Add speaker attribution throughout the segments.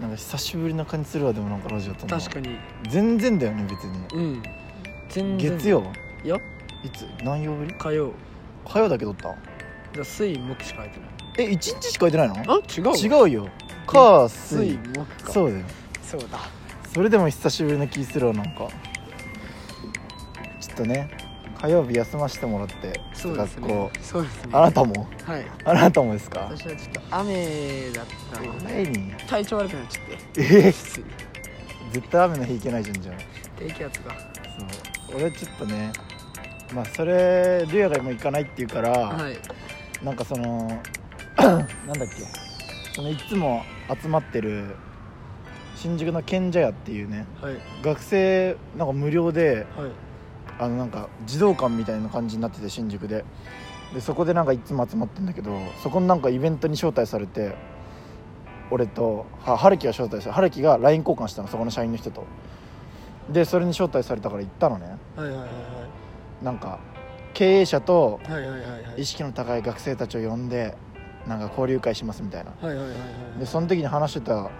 Speaker 1: なんか久しぶりな感じするわでもなんかラジオと
Speaker 2: 確かに
Speaker 1: 全然だよね別に
Speaker 2: うん全然
Speaker 1: 月曜
Speaker 2: いや
Speaker 1: いつ何曜ぶり
Speaker 2: 火曜
Speaker 1: 火曜だけ撮った
Speaker 2: じゃあ水木しか入ってない
Speaker 1: え一日しか空いてないの
Speaker 2: あ違うう
Speaker 1: 違うよ火水
Speaker 2: 水木か
Speaker 1: そうだよ
Speaker 2: そうだ
Speaker 1: それでも久しぶりな気するわなんかちょっとね火曜日休ませてもらって
Speaker 2: そうです
Speaker 1: 学校
Speaker 2: ねそうですね
Speaker 1: あなたも
Speaker 2: はい
Speaker 1: あなたもですか
Speaker 2: 私はちょっと雨だったので
Speaker 1: 何
Speaker 2: 体調悪くなっちゃって
Speaker 1: え
Speaker 2: 普通に
Speaker 1: 絶対雨の日行けないじゃんじゃん
Speaker 2: 低気圧が
Speaker 1: そう俺ちょっとねまあそれルヤが今行かないって言うから、
Speaker 2: はい
Speaker 1: なんかその なんだっけそのいつも集まってる新宿の賢者屋っていうね
Speaker 2: はい
Speaker 1: 学生なんか無料で
Speaker 2: はい
Speaker 1: あのなんか児童館みたいな感じになってて新宿ででそこでなんかいつも集まってんだけどそこのなんかイベントに招待されて俺とは春樹が招待した春樹が LINE 交換したのそこの社員の人とでそれに招待されたから行ったのね
Speaker 2: はいはい
Speaker 1: なんか経営者と
Speaker 2: はいはいはいはいはいはい
Speaker 1: 意識の高い学生たちを呼んでなんか交流会しますみたいな
Speaker 2: はいはいはい
Speaker 1: でその時に話してた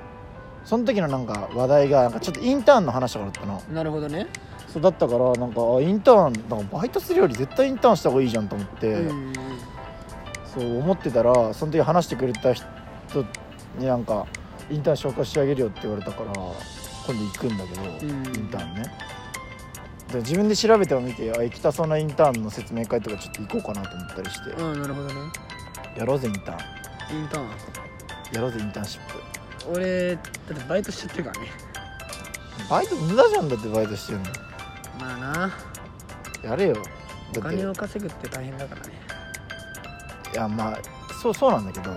Speaker 1: その時のなんか話題がなんかちょっとインターンの話とかだったの
Speaker 2: なるほどね
Speaker 1: そうだったからなんかあインターンなんかバイトするより絶対インターンした方がいいじゃんと思って、
Speaker 2: うんうん
Speaker 1: そう思ってたらその時話してくれた人になんかインターン紹介してあげるよって言われたから今度行くんだけど、
Speaker 2: ん
Speaker 1: インターンねで自分で調べても見てあ行きたそうなインターンの説明会とかちょっと行こうかなと思ったりして、
Speaker 2: うんうんなるほどね
Speaker 1: やろうぜインターン
Speaker 2: インターン
Speaker 1: やろうぜインターンシップ
Speaker 2: 俺だってバイトしちゃってるからね
Speaker 1: バイト無駄じゃんだってバイトしてるの
Speaker 2: まあな
Speaker 1: やれよ
Speaker 2: お
Speaker 1: だって
Speaker 2: 金を稼ぐって大変だからね
Speaker 1: いやまあそうそうなんだけど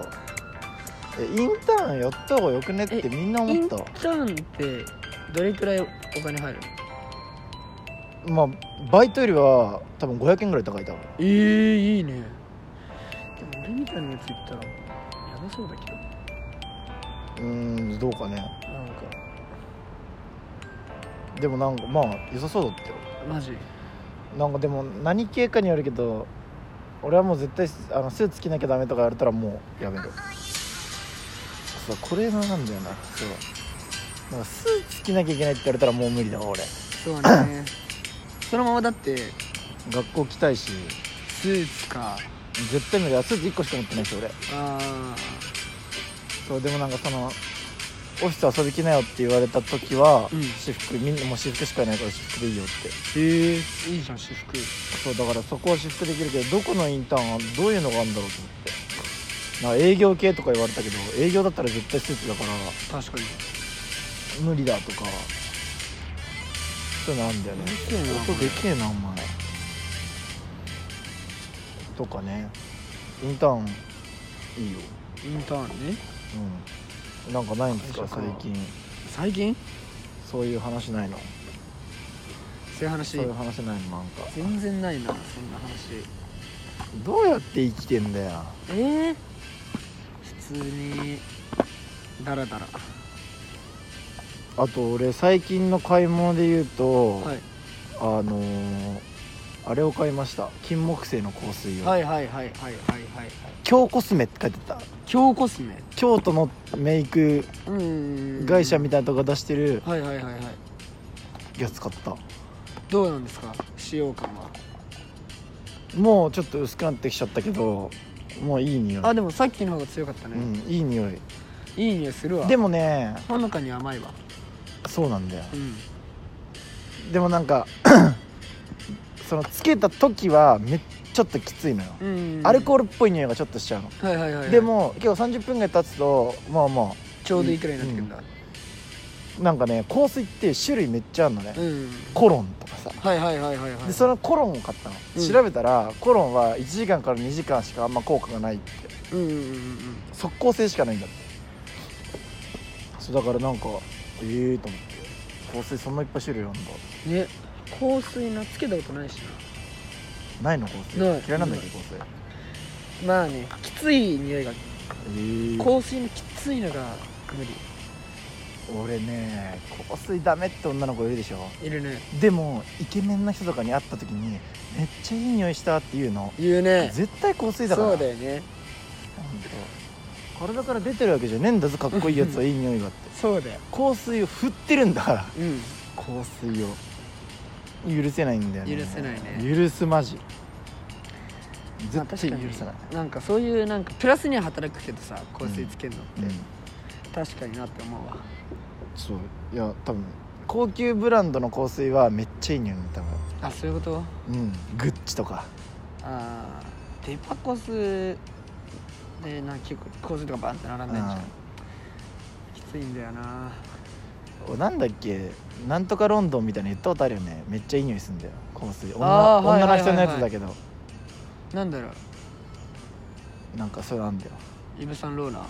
Speaker 1: えインターンやった方がよくねって
Speaker 2: え
Speaker 1: みんな
Speaker 2: イ
Speaker 1: 思っ
Speaker 2: ン
Speaker 1: た
Speaker 2: ターンってどれくらいお金入る
Speaker 1: まあバイトよりは多分500円ぐらい高い多分
Speaker 2: えー、いいねでも俺みたいなやつ行ったらやばそうだけど
Speaker 1: うーんどうかね
Speaker 2: なんか
Speaker 1: でもなんかまあ良さそうだったよ
Speaker 2: マジ
Speaker 1: なんかでも何系かによるけど俺はもう絶対あのスーツ着なきゃダメとか言われたらもうやめるそうこれなんだよなそうなんかスーツ着なきゃいけないって言われたらもう無理だわ俺
Speaker 2: そうだね そのままだって
Speaker 1: 学校着たいし
Speaker 2: スーツか
Speaker 1: 絶対無理だスーツ1個しか持ってないし俺
Speaker 2: あ
Speaker 1: そうでもなんかそのオフィス遊び来なよって言われた時は、
Speaker 2: うん
Speaker 1: 私服みんなもう私服しかいないから私服でいいよって
Speaker 2: ーえー、いいじゃん私服
Speaker 1: そうだからそこは私服できるけどどこのインターンはどういうのがあるんだろうと思ってなんか営業系とか言われたけど営業だったら絶対スーツだから
Speaker 2: 確かに
Speaker 1: 無理だとかそういうのあるんだよね
Speaker 2: うるせえな
Speaker 1: 音でけえなお前とかねインターンいいよ
Speaker 2: インターンね
Speaker 1: うんなんかないんですか
Speaker 2: 会社か
Speaker 1: 最近
Speaker 2: 最近
Speaker 1: そういう話ないの
Speaker 2: そういう話
Speaker 1: そういう話ないのなんか
Speaker 2: 全然ないなそんな話
Speaker 1: どうやって生きてんだよ
Speaker 2: えー、普通にダラダラ
Speaker 1: あと俺最近の買い物で言うと、
Speaker 2: はい
Speaker 1: あのーあれを買いました金木犀の香水を、
Speaker 2: はいはいはいはいはいはい
Speaker 1: 京コスメって書いてた
Speaker 2: 京コスメ
Speaker 1: 京都のメイク
Speaker 2: うん
Speaker 1: 会社みたいなとこが出してる
Speaker 2: はいはいはいはい
Speaker 1: やつ買った
Speaker 2: どうなんですか使用感は
Speaker 1: もうちょっと薄くなってきちゃったけどもういい匂い
Speaker 2: あでもさっきの方が強かった
Speaker 1: う
Speaker 2: ね、
Speaker 1: んいい匂い
Speaker 2: いい匂いするわ
Speaker 1: で
Speaker 2: も
Speaker 1: もね
Speaker 2: ほのかに甘いわ
Speaker 1: そうなんだよ
Speaker 2: うん
Speaker 1: でもなんか そのつけた時はめっちょっときついのよ、
Speaker 2: うん
Speaker 1: アルコールっぽい匂いがちょっとしちゃうの
Speaker 2: はいはいはいはい
Speaker 1: でも今日30分ぐらい経つとまあま
Speaker 2: ちょうどいいくらいになってくるんだ
Speaker 1: あなんかね香水って種類めっちゃあるのね、
Speaker 2: うん、
Speaker 1: コロンとかさ
Speaker 2: はいはいはいはいはい
Speaker 1: でそのコロンを買ったの、
Speaker 2: うん
Speaker 1: 調べたらコロンは1時間から2時間しかあんま効果がないって
Speaker 2: うんうんうんうん
Speaker 1: 即効性しかないんだってそうだからなんかええー、と思って香水そんないっぱい種類あるんだ
Speaker 2: ね香水なつけたことないし
Speaker 1: ないの香水
Speaker 2: ない
Speaker 1: 嫌いなんだっけ
Speaker 2: な
Speaker 1: 香水
Speaker 2: なまあねきつい匂いが
Speaker 1: えー
Speaker 2: 香水のきついのが無理
Speaker 1: 俺ね香水ダメって女の子いるでしょ
Speaker 2: いるね
Speaker 1: でもイケメンな人とかに会った時にめっちゃいい匂いしたって言うの
Speaker 2: 言うね
Speaker 1: 絶対香水だから
Speaker 2: そうだよね
Speaker 1: ほんと体から出てるわけじゃねえんだぞかっこいいやつはいい匂いがあって
Speaker 2: そうだよ
Speaker 1: 香水を振ってるんだから
Speaker 2: うん
Speaker 1: 香水を許せないんだよね
Speaker 2: 許せないね
Speaker 1: 許すまじ絶
Speaker 2: まあ
Speaker 1: 対許
Speaker 2: 確かに
Speaker 1: せない、
Speaker 2: なんかそういうなんかプラスには働くけどさ香水つけるのって、
Speaker 1: うん、
Speaker 2: 確かになって思うわ
Speaker 1: そういや多分高級ブランドの香水はめっちゃいい匂いになる多
Speaker 2: あそういうこと
Speaker 1: 分うんグッチとか
Speaker 2: あーデパコスでなんか結構香水とかバンって並んでんじゃん、きついんだよな
Speaker 1: うんなんだっけなんとかロンドンみたいなの言ったことあるよねめっちゃいい匂いするんだよ香水女,、
Speaker 2: あーはい
Speaker 1: 女の
Speaker 2: はいはいはい
Speaker 1: 人のやつだけど、
Speaker 2: なんだろう
Speaker 1: なんかそれなんだよ
Speaker 2: イブ・サンローラ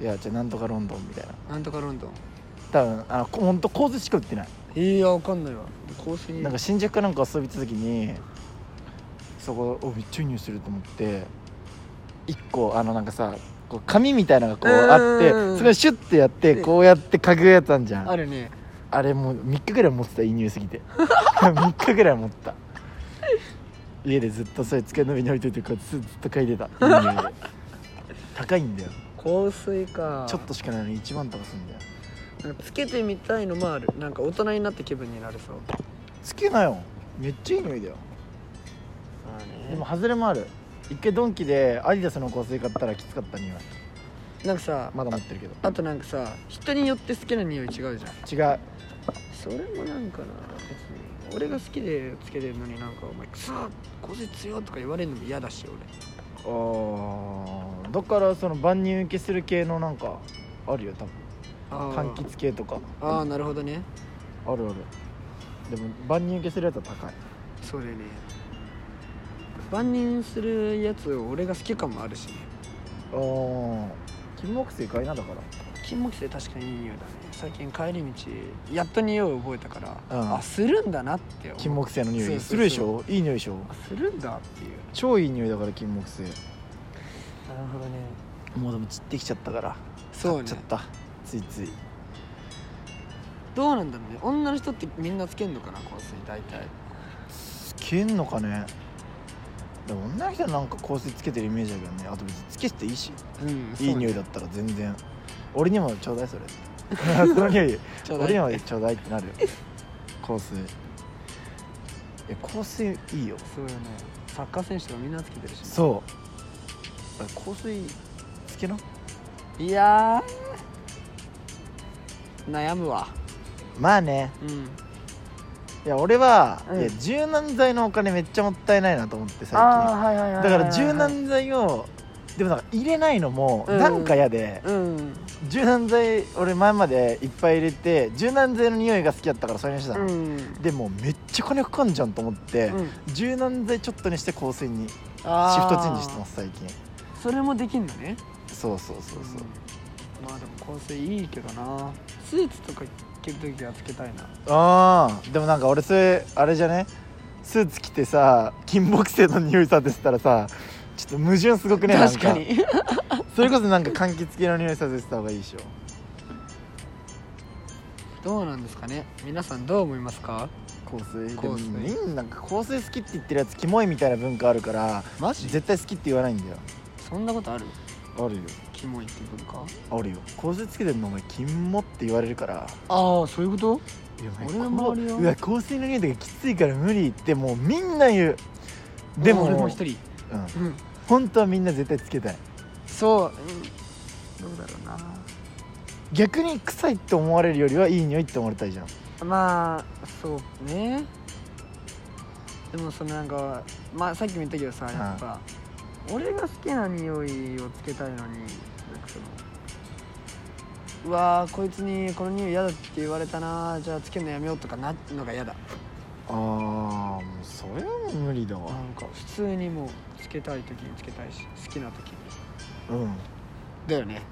Speaker 1: いやじゃあなんとかロンドンみたいな
Speaker 2: ーなんとかロンドン
Speaker 1: 多分あのこほんと香水しか売ってない
Speaker 2: いやわかんないわ香水
Speaker 1: なんか新宿かなんか遊びた時にそこおめっちゃいい匂いすると思って一個あのなんかさこう紙みたいなのがこう
Speaker 2: うん
Speaker 1: あって
Speaker 2: うんうん
Speaker 1: それをシュッてやってこうやって嗅ぐやつあんじゃん
Speaker 2: あ
Speaker 1: あれ
Speaker 2: るね
Speaker 1: もう3日ぐらい持ってたいい匂いすぎて3 日ぐらい持った家でずっとそれ机の上に置いといてこうやってずっと嗅いで たいい匂いで高いんだよ
Speaker 2: 香水か
Speaker 1: ちょっとしかないのに1万とかすんだよ
Speaker 2: なんかつけてみたいのもあるなんか大人になった気分になれそう
Speaker 1: つけなよめっちゃいい匂いだよ
Speaker 2: あ
Speaker 1: でも外れもある一回ドンキでアディダスの香水買ったらきつかった匂い
Speaker 2: なんかさ
Speaker 1: まだ持ってるけど
Speaker 2: あとなんかさ人によって好きな匂い違うじゃん
Speaker 1: 違う
Speaker 2: それもなんかな別に俺が好きでつけてるのになんかお前くそこ水強とか言われるのも嫌だし
Speaker 1: あーだからその万人受けする系のなんかあるよ多分
Speaker 2: 俺
Speaker 1: 柑橘系とか
Speaker 2: あーあーなるほどね
Speaker 1: あるあるでも万人受けするやつは高い
Speaker 2: そうだよね万人するやつを俺が好き感もあるしね
Speaker 1: ああ金木犀買いなだか
Speaker 2: 金木犀確かにいい匂いだね最近帰り道やっと匂いを覚えたから、
Speaker 1: うん
Speaker 2: あするんだなって思
Speaker 1: ら
Speaker 2: う
Speaker 1: 金木犀の
Speaker 2: そ
Speaker 1: 匂
Speaker 2: う
Speaker 1: い
Speaker 2: そうそう
Speaker 1: するでしょいい匂いでしょ
Speaker 2: あするんだっていう
Speaker 1: 超いい匂いだから金木犀
Speaker 2: なるほどね
Speaker 1: もうでも散ってきちゃったから
Speaker 2: そう
Speaker 1: 買っ
Speaker 2: ね
Speaker 1: ちゃったついつい
Speaker 2: どうなんだろうね女の人ってみんなつけんのかな香水大体
Speaker 1: つけんのかねでも女の人はなんか香水つけてるイメージだけどねあと別につけていいし
Speaker 2: うん
Speaker 1: いい匂い
Speaker 2: だ
Speaker 1: だったら全然俺にもちょうだいそ れその匂い
Speaker 2: ちょうだい
Speaker 1: 俺にもちょうだいってなるよ香水いや香水いいよ
Speaker 2: そうよねサッカー選手とかみんなつけてるしね、
Speaker 1: そうあ香水つけない
Speaker 2: やー悩むわ
Speaker 1: まあね
Speaker 2: うん
Speaker 1: いや俺は、
Speaker 2: うん
Speaker 1: いや柔軟剤のお金めっちゃもったいないなと思って最
Speaker 2: ああ
Speaker 1: 近
Speaker 2: はいはいはい
Speaker 1: だから柔軟剤をでもなんか入れないのも
Speaker 2: うん
Speaker 1: なんか嫌で、
Speaker 2: うん
Speaker 1: 柔軟剤俺前までいっぱい入れて柔軟剤の匂いが好きだったからそれにしてた
Speaker 2: う
Speaker 1: の、
Speaker 2: ん
Speaker 1: でもめっちゃ金かかんじゃんと思って、柔軟剤ちょっとにして香水にシフトチェンジしてますす最近
Speaker 2: それもできんのね
Speaker 1: そうそうそうそう、
Speaker 2: んまあでも香水いいけどなスーツとか着るときはつけたいな
Speaker 1: ああでもなんか俺それあれじゃねスーツ着てさ金木犀の匂いさせてたらさちょっと矛盾すごくね
Speaker 2: 確か
Speaker 1: なん
Speaker 2: に
Speaker 1: それこそなんか柑橘系の匂いさせてた方がいいでしょ
Speaker 2: どうなんですかね皆さんどう思いますか
Speaker 1: 香水
Speaker 2: 香水
Speaker 1: でもみんななんか香水好きって言ってるやつキモいみたいな文化あるから
Speaker 2: マ
Speaker 1: 絶対好きって言わないんだよ
Speaker 2: そんなことある
Speaker 1: あるよ
Speaker 2: キモいっていうことか
Speaker 1: あるよ香水つけてんのお前キモって言われるから
Speaker 2: ああそういうこと
Speaker 1: いや
Speaker 2: 俺の周りは
Speaker 1: うわ香水の匂いとかきついから無理ってもうみんな言うでも
Speaker 2: 俺も一人
Speaker 1: うん、
Speaker 2: うん
Speaker 1: 本当はみんな絶対つけたい
Speaker 2: そう、うん、どうだろうな
Speaker 1: 逆に臭いって思われるよりはいい匂いって思われたいじゃん
Speaker 2: まあそうねでもそのなんかまあさっきも言ったけどさ
Speaker 1: い
Speaker 2: やっぱ、俺が好きな匂いをつけたいのになんかそのうわーこいつにこの匂い嫌だって言われたなじゃあつけるのやめようとかなるのが嫌だ
Speaker 1: あーもうそれはもう無理だわ
Speaker 2: なんか普通にもうつけたい時につけたいし好きな時に
Speaker 1: うんうん
Speaker 2: だよね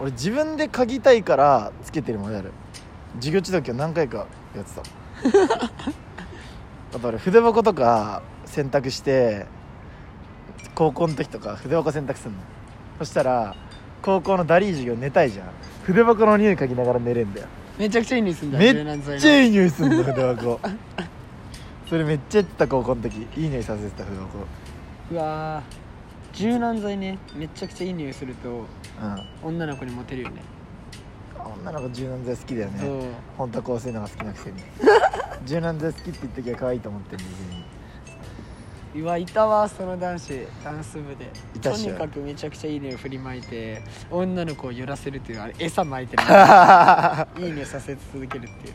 Speaker 1: 俺自分で嗅ぎたいからつけてるまである授業中だけは何回かやってた あと俺筆箱とか選択して高校の時とか筆箱選択すんのそしたら高校のダリー授業寝たいじゃん筆箱の匂い嗅ぎながら寝れんだよ
Speaker 2: めちゃくちゃいい匂いするんだ
Speaker 1: めっ
Speaker 2: 柔軟剤
Speaker 1: めっ
Speaker 2: の
Speaker 1: ちゃいい匂いすんだ筆箱それめっちゃやってた高校の時いい匂いさせてた筆箱
Speaker 2: うわー柔軟剤ねめっちゃくちゃいい匂いすると
Speaker 1: うん
Speaker 2: 女の子にモテるよね
Speaker 1: 女の子柔軟剤好きだよね
Speaker 2: そう
Speaker 1: 本当はこういうのが好きなくせに柔軟剤好きって言った時は可愛いと思ってるんで別に
Speaker 2: うわいたわその男子ダンス部で
Speaker 1: いた
Speaker 2: と
Speaker 1: っし
Speaker 2: に
Speaker 1: ょ
Speaker 2: かくめちゃくちゃいいねを振りまいて女の子を揺らせるというあれ餌まいてる いいねさせ続けるって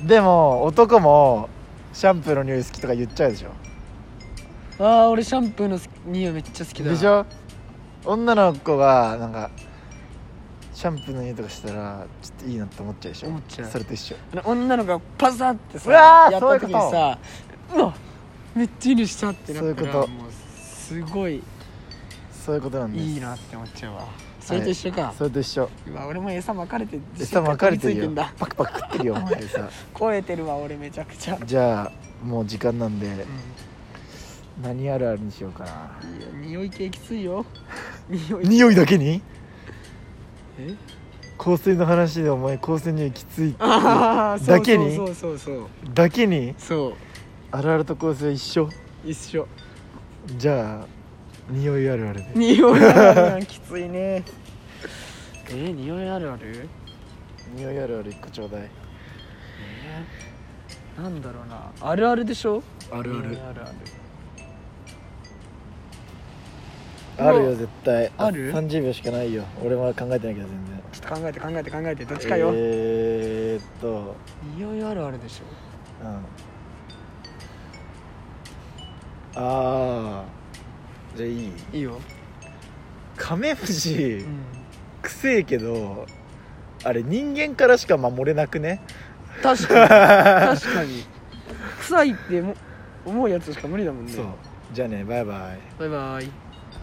Speaker 2: いう
Speaker 1: でも男もシャンプーの匂い好きとか言っちゃうでしょ
Speaker 2: あー俺シャンプーの匂いめっちゃ好きだ
Speaker 1: でしょ女の子がなんかシャンプーの匂いとかしたらちょっといいなって思っちゃうでしょ
Speaker 2: 思っちゃう
Speaker 1: それと一緒
Speaker 2: あの女の子がパサってさ
Speaker 1: うわー
Speaker 2: やった時にさうわめっちゃいい匂いしたってなったら
Speaker 1: そういうこと
Speaker 2: もうすごい
Speaker 1: そういうことなんです
Speaker 2: いいなって思っちゃうわそれと一緒か、
Speaker 1: それと一緒
Speaker 2: うわ俺も餌まかれて
Speaker 1: 餌分かれて
Speaker 2: し
Speaker 1: る
Speaker 2: っかりつい
Speaker 1: よ
Speaker 2: んだ
Speaker 1: パクパク食ってるよお前さ
Speaker 2: 超えてるわ俺めちゃくちゃ、
Speaker 1: じゃあもう時間なんで
Speaker 2: う、
Speaker 1: 何あるあるにしようかなん
Speaker 2: いや匂い系きつい よ匂い
Speaker 1: 匂いだけに
Speaker 2: え
Speaker 1: 香水の話でお前香水の匂いきつい
Speaker 2: ああ
Speaker 1: だけに
Speaker 2: そうそうそうそう
Speaker 1: だけに
Speaker 2: そう
Speaker 1: あるあると香水は一緒
Speaker 2: 一緒
Speaker 1: じゃあ匂いあるあるで
Speaker 2: 匂いあるあるきついね えー、匂いあるある
Speaker 1: 匂いあるある一個ちょうだい
Speaker 2: えー、なんだろうなあるあるでしょ
Speaker 1: あるある
Speaker 2: 匂いあるある
Speaker 1: あるよ絶対
Speaker 2: ある
Speaker 1: 30秒しかないよ俺は考えてないけど全然
Speaker 2: ちょっと考えて考えて考えてどっちかよ、
Speaker 1: えー、っと
Speaker 2: 匂いあるあるでしょ
Speaker 1: うんああーじゃあいい
Speaker 2: いいよ、
Speaker 1: カメム
Speaker 2: う
Speaker 1: シ
Speaker 2: ん、
Speaker 1: くせえけどあれ人間からしか守れなくね
Speaker 2: 確 かに確かに臭いっても思うやつしか無理だもんね
Speaker 1: そうじゃあねバイバイ
Speaker 2: バイバイ